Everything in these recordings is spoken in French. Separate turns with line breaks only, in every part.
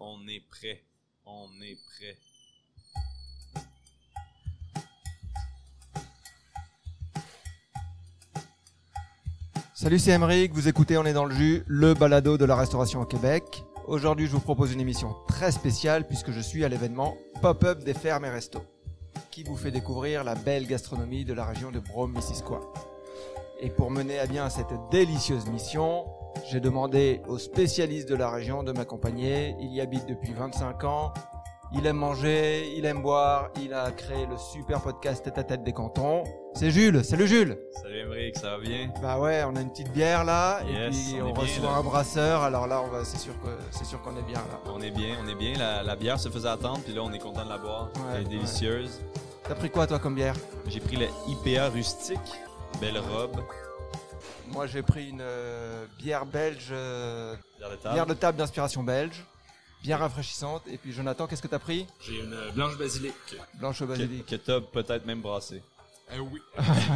on est prêt. On est prêt.
Salut, c'est Emeric. Vous écoutez On est dans le jus, le balado de la restauration au Québec. Aujourd'hui, je vous propose une émission très spéciale puisque je suis à l'événement Pop-up des fermes et restos qui vous fait découvrir la belle gastronomie de la région de Brome-Missisquoi. Et pour mener à bien cette délicieuse mission, j'ai demandé aux spécialistes de la région de m'accompagner. Il y habite depuis 25 ans. Il aime manger, il aime boire, il a créé le super podcast Tête à Tête des Cantons. C'est Jules, salut Jules
Salut Emeric, ça va bien?
bah ouais, on a une petite bière là,
Yes,
et puis
on
on,
est bien,
reçoit
là.
un brasseur. Alors là, on va, c'est sûr que c'est sûr qu'on est bien là.
On est bien, on est bien. La, la bière se faisait attendre, puis là, on est content de la boire.
Ouais,
Elle est
ouais.
délicieuse.
T'as pris quoi toi comme bière
J'ai pris la IPA rustique. Belle robe.
Moi, j'ai pris une euh, bière belge, euh,
Bière de
bière
table.
de table d'inspiration belge, bien rafraîchissante. Et puis Jonathan, qu'est-ce que t'as pris
J'ai une euh, blanche basilic.
Blanche au
Que,
basilic.
que t'as peut-être même brassé.
Ah oui.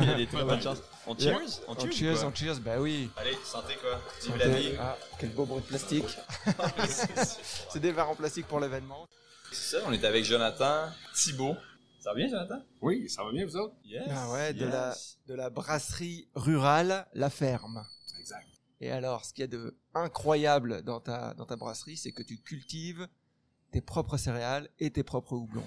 Il y a des très
Ouais.
bonnes chances. On cheers? On cheers?
On
ou
cheers,
quoi?
on cheers, bah oui.
Allez, santé quoi. Vive
Santé.
la vie.
Ah, quel beau bruit de plastique. C'est des verres en plastique pour l'événement.
C'est ça, on est avec Jonathan Thibault. Ça va bien, Jonathan?
Oui, ça va bien, vous autres?
Yes.
Ah ouais, de
yes.
la- De la brasserie rurale, la ferme.
Exact.
Et alors, ce qu'il y a de incroyable dans ta, dans ta brasserie, c'est que tu cultives tes propres céréales et tes propres houblons.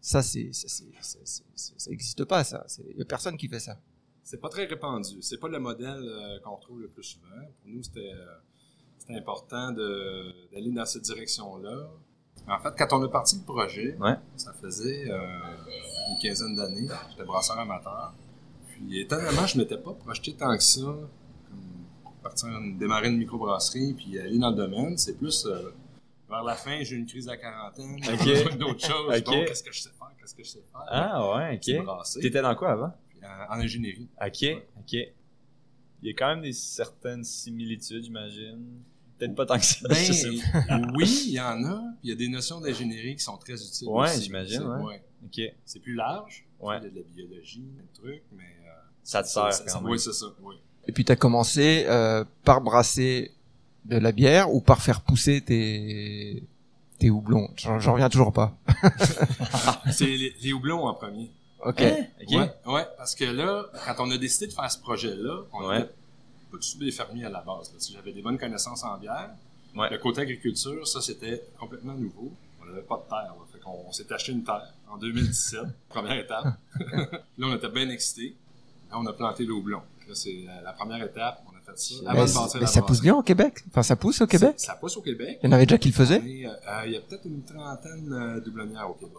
Ça, c'est, ça, c'est, c'est- c'est- c'est- ça n'existe pas, ça. C'est- Il n'y a personne qui fait ça.
C'est pas très répandu. C'est pas le modèle euh, qu'on retrouve le plus souvent. Pour nous, c'était euh, c'était important de- d'aller dans cette direction-là. En fait, quand on a parti le projet,
Ouais.
ça faisait euh, une quinzaine d'années. J'étais brasseur amateur. Puis étonnamment, je m'étais pas projeté tant que ça. Comme partir, démarrer une microbrasserie puis aller dans le domaine, c'est plus euh, vers la fin, j'ai eu une crise à la quarantaine, j'ai
Ok.
besoin d'autres choses.
Ok.
Bon, qu'est-ce que je sais faire? Qu'est-ce que je sais faire?
Ah ouais,
C'est
ok.
brassé.
T'étais dans quoi avant?
Puis, euh, en ingénierie.
Ok, ok. Il y a quand même des certaines similitudes, j'imagine. Peut-être pas tant que ça.
Ben,
je sais pas.
oui, il y en a. Puis il y a des notions d'ingénierie qui sont très utiles.
Ouais,
aussi.
j'imagine,
C'est-
ouais.
ouais.
Ok,
C'est plus large.
Ouais.
Il y a de la biologie, plein de trucs, mais. euh,
ça te sert
ça- ça-
quand même.
Oui, c'est ça. Oui.
Et puis, tu as commencé euh, par brasser de la bière ou par faire pousser tes, tes houblons. J'en, j'en reviens toujours pas.
c'est les, les houblons en premier.
Ok.
Hein? Ok.
Ouais, ouais, parce que là, quand on a décidé de faire ce projet-là, on
Ouais.
n'était pas du tout des fermiers à la base. là. Si J'avais des bonnes connaissances en bière.
Ouais.
Le côté agriculture, ça, c'était complètement nouveau. On n'avait pas de terre. là. Fait qu'on on s'est acheté une terre en 2017, première étape. là, on était bien excités. Là, on a planté le houblon. Là, c'est la, la première étape. On a fait ça
Mais,
avant de passer
mais
à la
ça
brasserie.
pousse bien au Québec. Enfin, ça pousse au Québec.
Ça, ça pousse au Québec.
Il y en avait déjà qui le faisaient.
Mais, euh, euh, il y a peut-être une trentaine euh, doublonnières au Québec.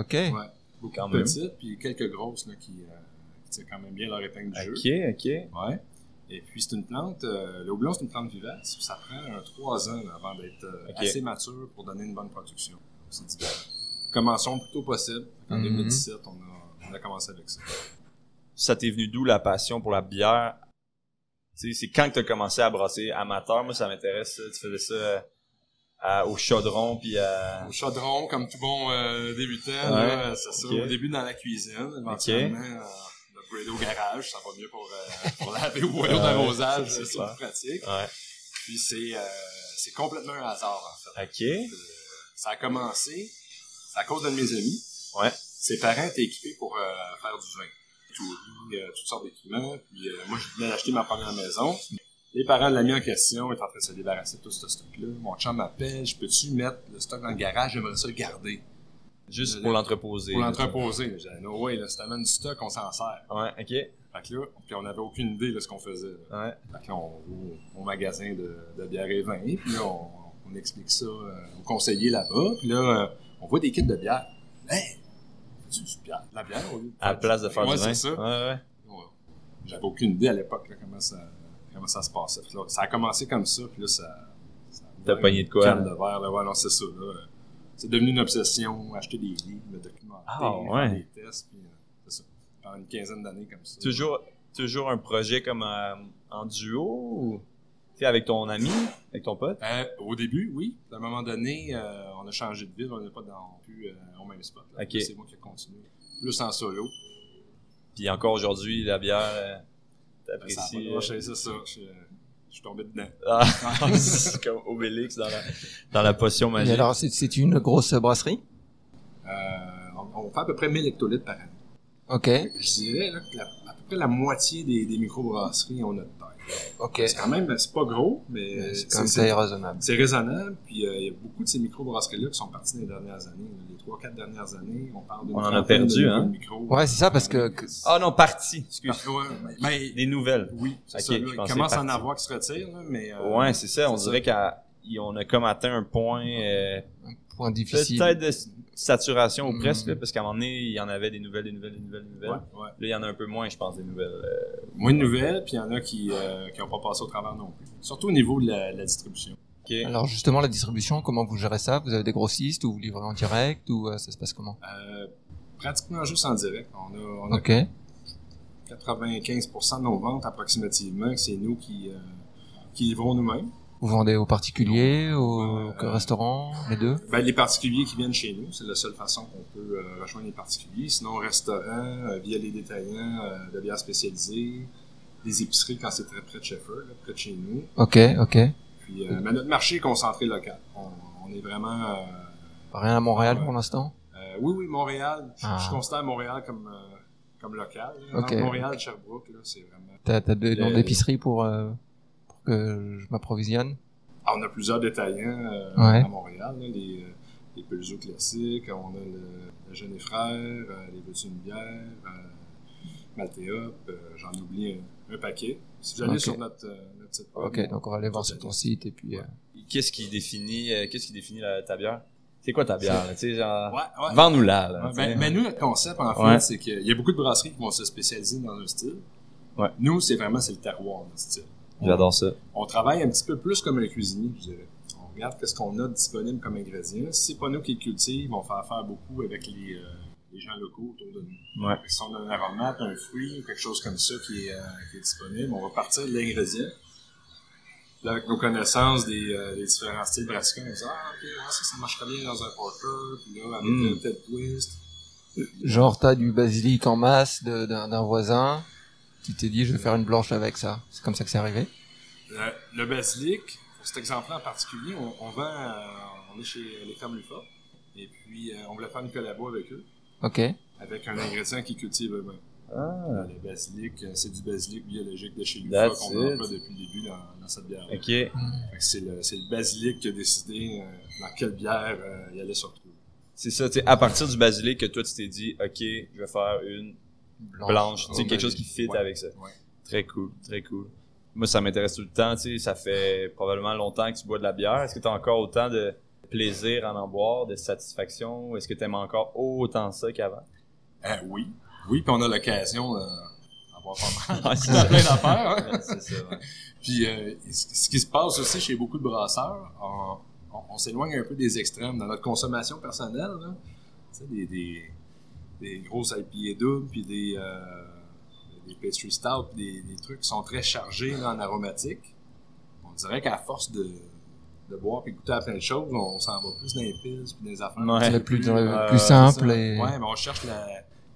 Ok, ok.
Ouais.
Oh,
Beaucoup
Quand
de
même.
petites, puis quelques grosses là, qui, euh, qui tirent quand même bien leur épingle du jeu.
Ok, ok.
Ouais. Et puis, c'est une plante, euh, le houblon, c'est une plante vivace. Ça prend un 3 ans là, avant d'être euh,
Ok.
assez mature pour donner une bonne production. On s'est dit, ben, commençons le plus tôt possible. En
Mhm.
2017, on a, on a commencé avec ça.
Ça t'est venu d'où la passion pour la bière? Tu sais, c'est quand que t'as commencé à brasser amateur? Moi, ça m'intéresse. ça. Tu faisais ça euh, à- au chaudron, puis à...
Au chaudron, comme tout bon euh, débutant,
Ouais.
là, c'est ça.
Ok.
Au début, dans la cuisine, éventuellement, euh, upgrader au garage, ça va mieux pour, euh, pour laver au boyau
Ouais,
d'arrosage,
c'est
c'est ça,
clair.
plus pratique.
Ouais.
Puis, c'est euh, c'est complètement un hasard, en fait.
Ok.
Euh, ça a commencé c'est à cause d'un de mes amis.
Ouais.
Ses parents étaient équipés pour euh, faire du vin. Touris, euh, toutes sortes d'équipements. Puis euh, moi, je venais d'acheter ma première maison. Les parents de l'ami en question étaient en train de se débarrasser de tout ce stock-là. Mon chum m'appelle. Je peux-tu mettre le stock dans le garage? J'aimerais ça le garder.
Juste
Le-
pour l'entreposer.
Pour l'entreposer. J'ai dit, no way, là, si t'amènes du stock, on s'en sert.
Ouais, ok.
Fait que là, puis on n'avait aucune idée de ce qu'on faisait. là.
Ouais.
Fait que là, on va au- au magasin de, de bière et vin, puis là, on, on explique ça euh, au conseiller là-bas, puis là, euh, on voit des kits de bière. Hey! Du, du bière, de la bière, au lieu de
À la
faire
place de faire
Ouais,
du vin.
c'est ça.
Ouais, ouais.
Ouais. J'avais aucune idée à l'époque, là, comment ça, comment ça se passait. Fait que là, ça a commencé comme ça, puis là, ça... ça a
T'as
ouvert
pogné de
une
quoi,
canne
là?
de verre, là, ouais, non, c'est ça, là. Euh, C'est devenu une obsession, acheter des livres, me documenter,
Ah,
faire
ouais.
des tests, puis euh, c'est ça. Pendant une quinzaine d'années comme ça.
Toujours, toujours un projet comme euh, en duo ou tu sais, avec ton ami, avec ton pote.
Euh, au début, oui. À un moment donné, euh, on a changé de ville, on n'est pas dans, plus euh, au même spot. là.
Ok.
C'est moi qui ai continué. Plus en solo.
Puis encore aujourd'hui, la bière, euh,
Ben, ça a pas
t'apprécies.
de marché, c'est ça. Je, je je suis tombé dedans.
Ah, c'est comme Obélix dans la, dans la potion
Et
magique.
alors, c'est- c'est une grosse brasserie?
Euh, on, on fait à peu près 1000 hectolitres par année.
Ok,
Je dirais là, que la- à peu près la moitié des, des microbrasseries ont notre taille.
ok. Euh,
C'est quand même, c'est pas gros, mais
C'est quand même
c'est-
taille raisonnable.
C'est raisonnable, puis euh, il y a beaucoup de ces microbrasseries-là qui sont parties dans les dernières années. là. Les trois, quatre dernières années, on parle de
On en a perdu, hein?
Ouais, c'est ça, parce que, que-
Ah non, parti. Excuse.
ouais, mais,
Des nouvelles.
oui, c'est
Euh, Ok,
ça. là.
je
Il
pensais
commence à en
parti.
avoir qui se retirent, là, mais... euh,
ouais, c'est ça. On
c'est ça.
dirait qu'on a comme atteint un point euh,
point difficile.
peut-être de s- saturation ou
Mm.
presque, là, parce qu'à un moment donné, il y en avait des nouvelles, des nouvelles, des nouvelles, des nouvelles.
Ouais, ouais.
Là, il y en a un peu moins, je pense, des nouvelles. euh.
Moins de nouvelles, puis il y en a qui euh, qui n'ont pas passé au travers non plus. Surtout au niveau de la, la distribution.
Ok.
Alors justement, la distribution, comment vous gérez ça Vous avez des grossistes ou vous livrez en direct ou euh, ça se passe comment
Euh, pratiquement juste en direct. On a, on a
Ok,
95% de nos ventes approximativement, que c'est nous qui, euh, qui livrons nous-mêmes.
vous vendez aux particuliers, aux
Euh,
restaurants, les deux
Ben, les particuliers qui viennent chez nous, c'est la seule façon qu'on peut euh, rejoindre les particuliers. Sinon, restaurant, euh, via les détaillants euh, de bières spécialisées, les épiceries quand c'est très près de Sheffer, là, près de chez nous.
Ok, ok.
Puis, euh, mais notre marché est concentré local. On, on est vraiment... euh,
Rien à Montréal pour l'instant
euh, oui, oui, Montréal. Je-
Ah.
Je considère Montréal comme, euh, comme local. là.
Ok.
Entre Montréal, Sherbrooke, là, c'est vraiment...
T'as as deux noms
Le-
d'épicerie pour, euh, pour que je m'approvisionne
Ah, on a plusieurs détaillants euh,
Ouais.
à Montréal, là, les, euh, les Peugeot classiques, on a le, le Jeune et Frère, euh, les Veux-tu une bière, euh, Malteop, euh, j'en oublie un, un paquet. Si vous allez
Ok.
sur notre, euh, notre site web,
Ok, donc on va aller voir sur ton site et puis... euh,
Qu'est-ce qui définit, euh, qu'est-ce qui définit la, ta bière? C'est quoi ta bière? là? Tu sais, genre,
Ouais, ouais.
vends-nous-la. là,
Ouais,
tu sais.
ben, mais nous, notre concept, en fait,
Ouais.
c'est qu'il y a beaucoup de brasseries qui vont se spécialiser dans un style.
Ouais.
Nous, c'est vraiment c'est le terroir, notre style.
J'adore ça.
on travaille un petit peu plus comme un cuisinier, je dirais. On regarde qu'est-ce qu'on a de disponible comme ingrédients. Si c'est pas nous qui le cultivent, on fait affaire beaucoup avec les, euh, les gens locaux autour de nous.
Ouais.
Si on a un aromate, un fruit, ou quelque chose comme ça qui est, euh, qui est disponible, on va partir de l'ingrédient. Là, avec nos connaissances des, euh, des différents styles brassicoles, on se dit « Ah, ok, ouais, ça, ça marcherait bien dans un porter, puis là, avec
Mm.
un tel twist. »
Genre, t'as du basilic en masse de- d'un d'un voisin, tu t'es dit, je vais faire une blanche avec ça. C'est comme ça que c'est arrivé
Le, Euh, le basilic, pour cet exemple-là en particulier, on, on vend, euh, on est chez les femmes Lufa, et puis euh, on voulait faire une collabo avec eux,
Ok,
avec un ingrédient qu'ils cultivent eux-mêmes.
Ah.
Euh, Le basilic, euh, c'est du basilic biologique de chez Lufa
That's
qu'on
it.
emploie depuis le début dans, dans cette bière.
Ok.
C'est le, c'est le basilic qui a décidé euh, dans quelle bière euh, il allait se retrouver.
C'est ça, tu sais, à partir du basilic que toi, tu t'es dit, OK, je vais faire une blanche, tu sais,
au
quelque chose qui
basilic.
fit
Ouais.
avec ça.
Ouais.
Très cool, très cool. Moi, ça m'intéresse tout le temps, tu sais, ça fait probablement longtemps que tu bois de la bière. Est-ce que tu as encore autant de plaisir à en boire, de satisfaction, ou est-ce que tu aimes encore autant ça qu'avant?
Euh, oui, oui, puis on a l'occasion euh, d'en boire pas mal.
Ouais, c'est
On a
ça.
plein d'affaires, hein?
Ouais, c'est ça, ouais.
Puis euh, ce ce qui se passe aussi chez beaucoup de brasseurs, on, on- on s'éloigne un peu des extrêmes dans notre consommation personnelle. Là. Tu sais, des, des, des grosses IPA doubles, puis des, euh, des pastry stout, puis des, des trucs qui sont très chargés là, en aromatique. On dirait qu'à force de, de boire et goûter à plein de choses, on s'en va plus dans les pistes puis dans les affaires.
Ouais.
C'est le plus,
euh,
le
euh,
plus simple et...
Ouais, mais on cherche la-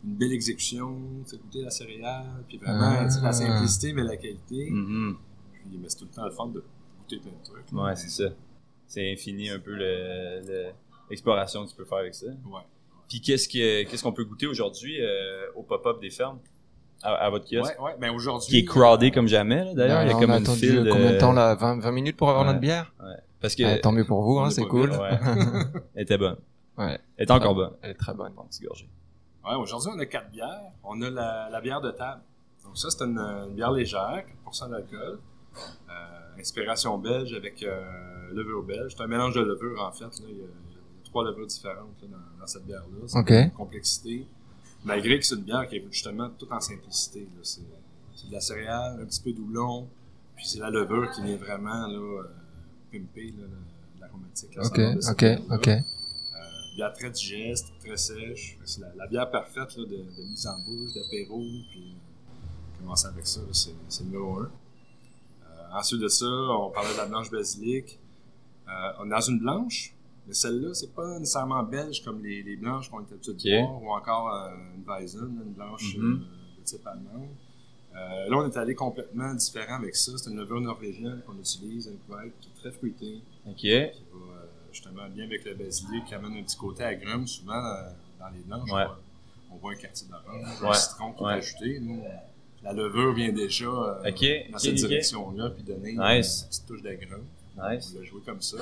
une belle exécution, tu sais, goûter la céréale, puis vraiment tu sais, la
Ah.
simplicité mais la qualité.
Mhm.
Puis, mais c'est tout le temps le fun de goûter plein de trucs.
Ouais, c'est ça. C'est infini un peu le- le- l'exploration que tu peux faire avec ça.
Ouais.
Puis qu'est-ce que- qu'est-ce qu'on peut goûter aujourd'hui euh, au pop-up des fermes, à, à votre kiosque?
Ouais, ouais. Ben aujourd'hui. euh,
qui est crowdé comme jamais, là, d'ailleurs. Il y a
Ben, on
comme
a
une
attendu
file de-
combien de temps là 20, 20 minutes pour avoir
Ouais.
notre bière
Parce que.
Eh, Tant mieux pour vous,
on
hein,
est
c'est
pas
cool.
vite,
ouais. Elle était bonne.
Ouais. Ah.
Elle était encore bonne.
Elle est très bonne.
Bon, petit gorgé.
Ouais, aujourd'hui, on a quatre bières. On a la, la bière de table. Donc, ça, c'est une, une bière légère, 4% d'alcool. Euh, inspiration belge avec euh, levure belge. C'est un mélange de levure, en fait. Là. Il, y a, il y a trois levures différentes là, dans, dans cette bière-là. C'est
Ok.
une complexité. Malgré que c'est une bière qui est justement toute en simplicité. là. C'est c'est de la céréale, un petit peu d'oulon. Puis c'est la levure qui vient vraiment là, euh, pimper là, le- l'aromatique. la
Ok,
saveur de cette
ok,
bière-là.
ok.
Euh, bière très digeste, très sèche. C'est la, la bière parfaite là, de, de mise en bouche, d'apéro. Puis euh, commencer avec ça, là, c'est c'est le numéro un. Euh, ensuite de ça, on parlait de la blanche basilic. Euh, on est dans une blanche, mais celle-là, c'est pas nécessairement belge comme les, les blanches qu'on est habitué de
Ok.
boire, ou encore euh, une Weizen, une blanche
Mhm.
euh, de type allemand. Euh, là, on est allé complètement différent avec ça. C'est une levure norvégienne qu'on utilise, un poêle qui est très fruitée,
Ok.
qui va euh, justement bien avec le basilic, qui amène un petit côté agrume. Souvent, dans, dans les blanches,
Ouais.
on, voit, on voit un quartier d'orange,
Ouais.
un citron qui
Ouais.
est ajouté. Nous, on- la levure vient déjà euh,
Ok,
dans
ok,
cette
ok.
direction-là, puis donner
Nice.
une petite touche d'agrumes.
Nice.
On l'a joué comme ça.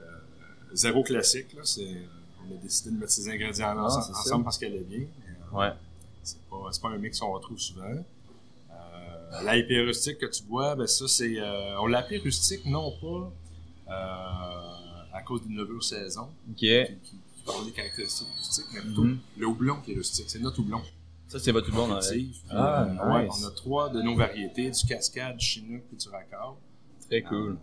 Euh, zéro classique, là, c'est- euh, on a décidé de mettre ces ingrédients-là
Ah,
ense-
c'est ça.
ensemble parce qu'elle est bien. mais, euh,
Ouais.
c'est pas, c'est pas un mix qu'on retrouve souvent. Euh, la IPA rustique que tu bois, ben ça, c'est. euh, on l'appelait rustique, non pas euh, à cause d'une levure saison,
Ok.
qui, qui, qui parle des caractéristiques rustiques, mais plutôt
Mhm.
le houblon qui est rustique. C'est notre houblon.
Ça, c'est votre bon dans
cultive.
Ah,
Puis, euh, ouais,
nice.
on a trois de nos variétés, du cascade, du chinook et du raccord. Euh,
Très cool.
Ah.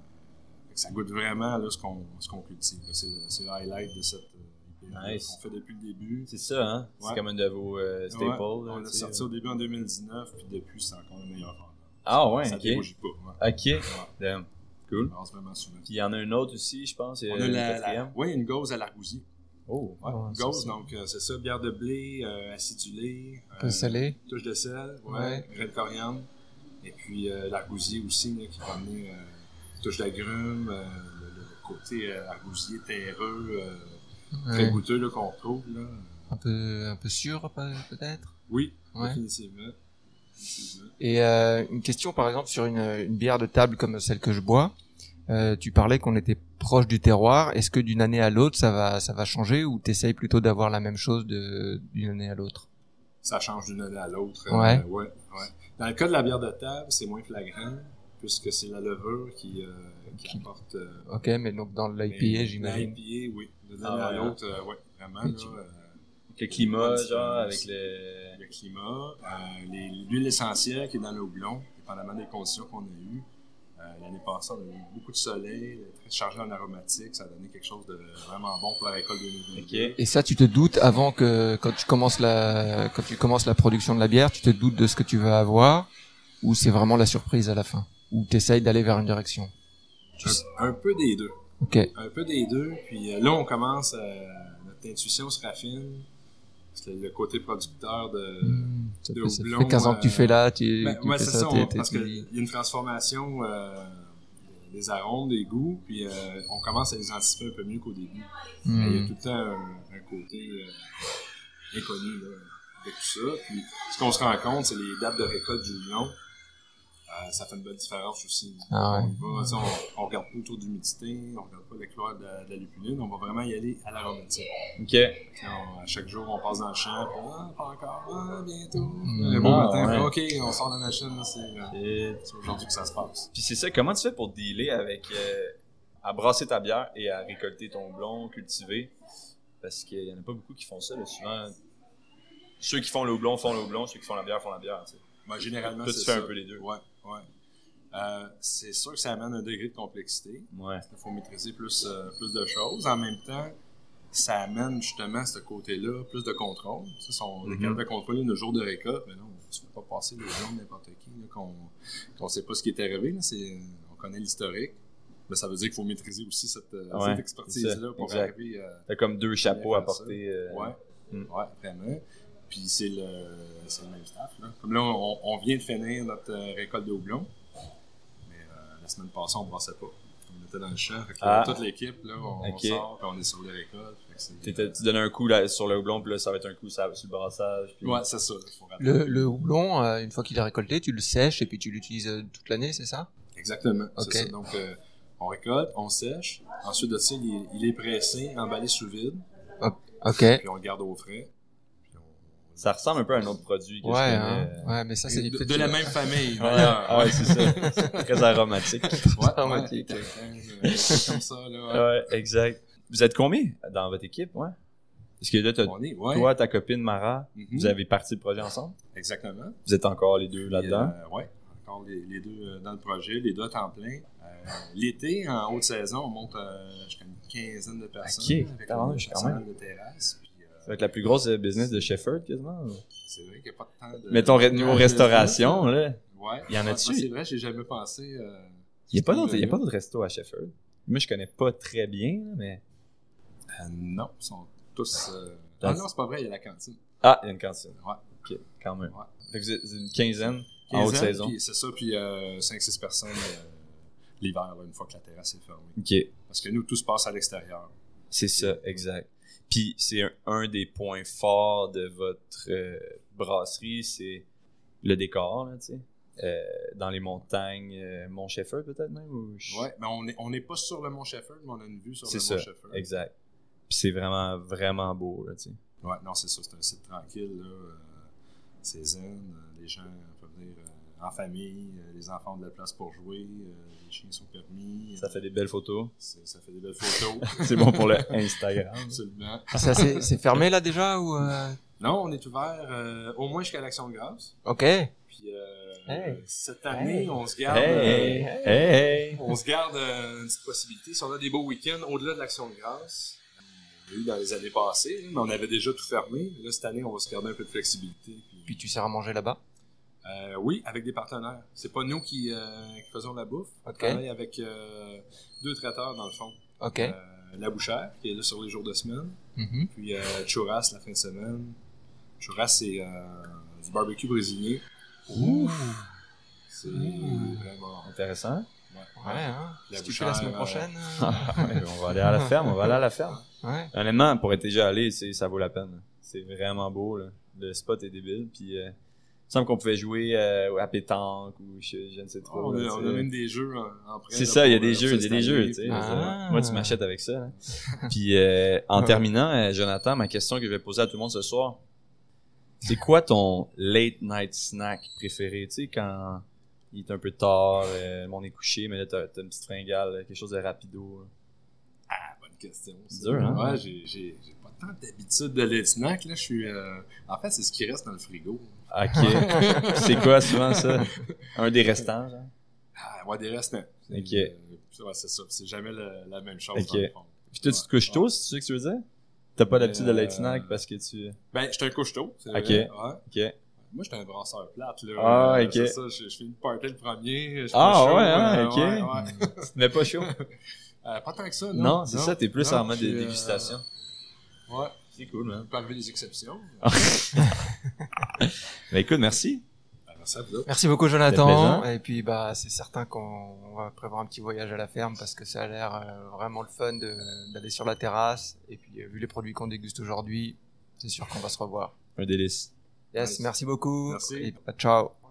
Fait que Ça goûte vraiment là, ce qu'on ce qu'on cultive. là. C'est le, c'est le highlight de cette euh, IPA
Nice.
qu'on fait depuis le début.
C'est ça, hein? C'est
Ouais.
comme une de vos euh, staples.
Ouais,
là,
on l'a
tu sais.
sorti au début en 2019, puis depuis, c'est encore le meilleur vendeur.
Ah ouais,
ça
ok.
dérougit pas. ouais.
Ok.
Ouais.
Damn.
On
Cool.
passe vraiment souvent.
Puis il y en a un autre aussi, je pense.
On
euh, le
a la,
quatrième.
la- ouais, une gauze à l'argousier.
Oh.
Ouais,
Ouais,
une
ça,
gauze,
c'est-
donc euh, c'est ça, bière de blé, euh, acidulée,
Un peu
euh,
salé.
touche de sel, ouais,
Ouais.
graines de coriandre, et puis euh, l'argousier aussi, là, qui va amener euh, une touche d'agrumes, euh, le, le côté euh, argousier terreux, euh, très
Ouais.
goûteux là, qu'on retrouve. Là.
Un peu, un peu sûr, pe- peut-être.
Oui,
Ouais.
définitivement. Définitivement.
Et euh, une question, par exemple, sur une, une bière de table comme celle que je bois. Euh, tu parlais qu'on était proche du terroir. Est-ce que d'une année à l'autre, ça va, ça va changer ou t'essayes plutôt d'avoir la même chose de- d'une année à l'autre
ça change d'une année à l'autre. euh,
Ouais.
ouais, ouais. Dans le cas de la bière de table, c'est moins flagrant, puisque c'est la levure qui, euh, qui
Qui-
apporte. euh,
Ok, mais donc dans
mais-
l'IPA, j'imagine.
L'IPA, oui. D'une
Ah,
année à
ouais.
l'autre, euh, ouais, vraiment.
Ok.
là, euh,
Avec le climat,
Ouais,
genre, avec
c'est-
le.
le climat, euh, les- l'huile essentielle qui est dans le houblon, dépendamment des conditions qu'on a eues. Euh, L'année passée, on a eu beaucoup de soleil, très chargé en aromatique, ça a donné quelque chose de vraiment bon pour la récolte de
Ok.
Et ça, tu te doutes avant que quand tu commences la quand tu commences la production de la bière, tu te doutes de ce que tu vas avoir ou c'est vraiment la surprise à la fin ou t'essayes d'aller vers une direction.
Un, un peu des deux.
Ok.
Un peu des deux. Puis euh, là, on commence, euh, notre intuition se raffine. Parce que le côté producteur de.
Hmm, Ça
de
fait, ça
houblon,
fait 15 ans que tu
euh,
fais là, tu,
Ben,
tu
ouais,
fais
c'est
t'es-
ça, on-
t'es-
parce
tu
qu'il
dis-
y a une transformation euh, des arômes, des goûts, puis euh, on commence à les anticiper un peu mieux qu'au début.
Hmm.
Mais Il y a tout le temps un, un côté euh, inconnu là, de tout ça. Puis ce qu'on se rend compte, c'est les dates de récolte du lion. Euh, ça fait une bonne différence aussi.
Ah ouais.
On, y va, tu sais, on, on regarde pas autour d'humidité, on regarde pas le chlore de, la- de la lupuline, on va vraiment y aller à l'aromatique.
Ok.
Tu sais, on- À chaque jour, on passe dans le champ, puis, ah, pas encore, ah, bientôt.
Mm.
Le beau
Ah,
matin,
ouais.
ok, on sort de la machine, là, c'est euh,
Et-
c'est aujourd'hui que ça se passe.
Puis c'est ça, comment tu fais pour dealer avec. euh, à brasser ta bière et à récolter ton blond cultivé? Parce qu'il y en a pas beaucoup qui font ça, là. Souvent, ceux qui font le houblon font le houblon, ceux qui font la bière font la bière, tu sais.
Moi, généralement,
Toi,
c'est
tu fais
ça.
un peu les deux.
Ouais, ouais. Euh, c'est sûr que ça amène un degré de complexité.
Ouais.
Il faut maîtriser plus, euh, plus de choses. En même temps, ça amène justement ce côté-là, plus de contrôle. Ça, si on est
Mhm.
capable de contrôler nos jours de récolte, mais non, tu ne peux pas passer les jours de n'importe qui, là, qu'on ne sait pas ce qui est arrivé. là. C'est- on connaît l'historique. Mais ça veut dire qu'il faut maîtriser aussi cette, euh,
Ouais,
cette expertise-là
c'est ça,
pour
exact.
arriver à.
T'as comme deux chapeaux à
faire ça.
porter. euh,
Ouais.
Mm.
Ouais, vraiment. Puis c'est le, c'est le même staff. Là. Comme là, on, on vient de finir notre euh, récolte de houblon. Mais euh, la semaine passée, on ne brassait pas. On était dans le champ. Fait que,
Ah.
Toute l'équipe, là, on,
Ok.
on sort, puis on est sur les récoltes. Fait que c'est- euh,
T'étais- Tu donnes un coup là, sur le houblon, puis là, ça va être un coup ça, sur le brassage. puis-
Ouais, c'est ça. faut rappeler.
Le, le houblon, euh, une fois qu'il est récolté, tu le sèches et puis tu l'utilises euh, toute l'année, c'est ça
Exactement.
Ok.
C'est ça. Donc, euh, on récolte, on sèche. Ensuite de ça, il, est- il est pressé, emballé sous vide.
Ok.
Puis on le garde au frais. Puis on-
Ça ressemble un peu à un autre produit que
Ouais,
je
hein.
connais. euh,
ouais, mais ça c'est
euh, de,
peut-être-
de la même famille.
Ouais, Ah
d'ailleurs.
ouais, c'est ça. C'est Très aromatique.
Ouais,
Aromatique.
ouais, quelqu'un, euh, comme ça, là. ouais.
Ouais, exact. Vous êtes combien dans votre équipe, ouais? Parce que là, t'as
On est, ouais.
toi, ta copine Mara,
Mhm.
vous avez parti le projet ensemble.
Exactement.
Vous êtes encore les deux là-dedans.
oui, euh, encore les, les deux euh, dans le projet, les deux à temps plein. Euh, L'été, en haute saison, on monte euh, jusqu'à une quinzaine de personnes.
Ok,
avec
tabarnouche,
le
quand
personnel de terrasse. puis, euh,
Ça va être la plus grosse euh, business de Shefford, quasiment.
c'est vrai qu'il n'y a pas de temps de.
Mettons, re-
de-
niveau restauration,
de-
là.
Ouais.
Il y en
Ouais,
a-tu?
ouais, C'est vrai, j'ai jamais pensé. euh,
Il n'y a pas d'autres-
Euh,
il y a pas d'autres restos à Shefford. Moi, je connais pas très bien, là, mais.
euh, non, ils sont tous. euh,
Dans-
Ah non, c'est pas vrai, il y a la cantine.
Ah, il y a une cantine.
Ouais.
Ok, quand même.
Ouais.
Fait que vous êtes vous êtes une quinzaine. En haute
15 ans,
saison.
puis C'est ça, puis 5-6 personnes euh, l'hiver, là, une fois que la terrasse est fermée.
OK.
Parce que nous, tout se passe à l'extérieur.
C'est ça, exact. Puis c'est un, un des points forts de votre euh, brasserie, c'est le décor, là, tu sais. Euh, dans les montagnes, euh, Mont Sheffer peut-être même ou je-
Ouais, mais on n'est on est pas sur le Mont Shefford, mais on a une vue sur le
C'est
Mont
ça,
Shefford.
Exact. Puis c'est vraiment, vraiment beau, là, tu sais.
Ouais, non, c'est ça. C'est un site tranquille, là. euh, C'est zen. euh, Les gens peuvent venir euh, en famille. euh, Les enfants ont de la place pour jouer. euh, Les chiens sont permis. euh,
Ça fait des belles photos.
C'est- Ça fait des belles photos.
C'est bon pour le Instagram.
Absolument.
Ça, c'est c'est fermé là déjà ou euh,
Non, on est ouvert euh, au moins jusqu'à l'Action de grâce.
Ok.
Puis euh,
Hey.
cette année,
Hey.
on se garde.
Hey,
euh,
hey, hey.
On se garde euh, une petite possibilité. Si on a des beaux week-ends au-delà de l'Action de grâce, on l'a eu dans les années passées, hein, mais on avait déjà tout fermé. Là, cette année, on va se garder un peu de flexibilité. puis-
Puis tu sers à manger là-bas.
Euh, oui, avec des partenaires. C'est pas nous qui, euh, qui faisons la bouffe.
Ok.
On travaille avec euh, deux traiteurs, dans le fond.
Ok.
Euh, la Bouchère, qui est là sur les jours de semaine,
Mhm.
puis euh, Churras la fin de semaine. Churras, c'est euh, du barbecue brésilien. C'est
Ouh.
vraiment...
Intéressant.
Mmh. Ouais. Hein.
La
Si tu fais la
bouchère,
semaine
euh,
prochaine.
Ouais, on va aller à la ferme, on va aller à la ferme.
euh, ouais.
Honnêtement, pour être déjà allé, c'est- ça vaut la peine. C'est vraiment beau. Là. Le spot est débile. Puis, euh, il me semble qu'on pouvait jouer euh, à pétanque ou je, je ne sais trop.
On
là,
a,
tu
on
sais.
a même des jeux en, en prêt,
c'est
là,
ça, il y a
pour,
des
euh,
jeux, il y a des jeux. tu
s'installer,
sais.
puis,
Ah.
Euh, Moi, tu m'achètes avec ça. là. Puis, euh, en terminant, euh, Jonathan, ma question que je vais poser à tout le monde ce soir, c'est quoi ton late night snack préféré? Tu sais, quand il est un peu tard, euh, on est couché, mais là, t'as t'as une petite fringale, quelque chose de rapido. là.
Bonne question.
C'est
ça.
dur, hein?
Ouais, j'ai- j'ai j'ai pas tant d'habitude de les snack, là. Je suis... euh, En fait, c'est ce qui reste dans le frigo.
Ok. c'est quoi souvent ça? Un des restants, genre?
Ah, ouais, des restants.
Ok.
Euh, ouais, c'est ça. C'est jamais le- la même chose.
Ok.
dans le fond.
Puis toi, tu te couches
Ouais.
tôt, c'est ça que tu veux dire? T'as pas l'habitude de late
Euh,
snack parce que tu.
Ben, je un couche tôt. c'est
Ok.
vrai, ouais.
Ok.
Moi, j'étais un brasseur plate, là.
Ah,
Euh,
ok.
C'est ça, je, je finis le party le premier. je
Ah,
couche chaud,
ouais,
euh,
hein,
ouais, ouais.
Mais pas chaud.
Euh, pas tant que ça, non.
Non, c'est ça, t'es plus
non,
en mode
puis,
de
euh,
dégustation.
Ouais.
C'est cool,
Il
man.
peut arriver des exceptions.
Ben écoute, merci.
Ah, Merci à vous autres.
Merci beaucoup Jonathan.
plaisant.
Et puis bah c'est certain qu'on va prévoir un petit voyage à la ferme parce que ça a l'air euh, vraiment le fun de- d'aller sur la terrasse. Et puis euh, vu les produits qu'on déguste aujourd'hui, c'est sûr qu'on va se revoir.
Un délice.
Yes,
Nice.
merci beaucoup.
Merci.
Et bah, ciao.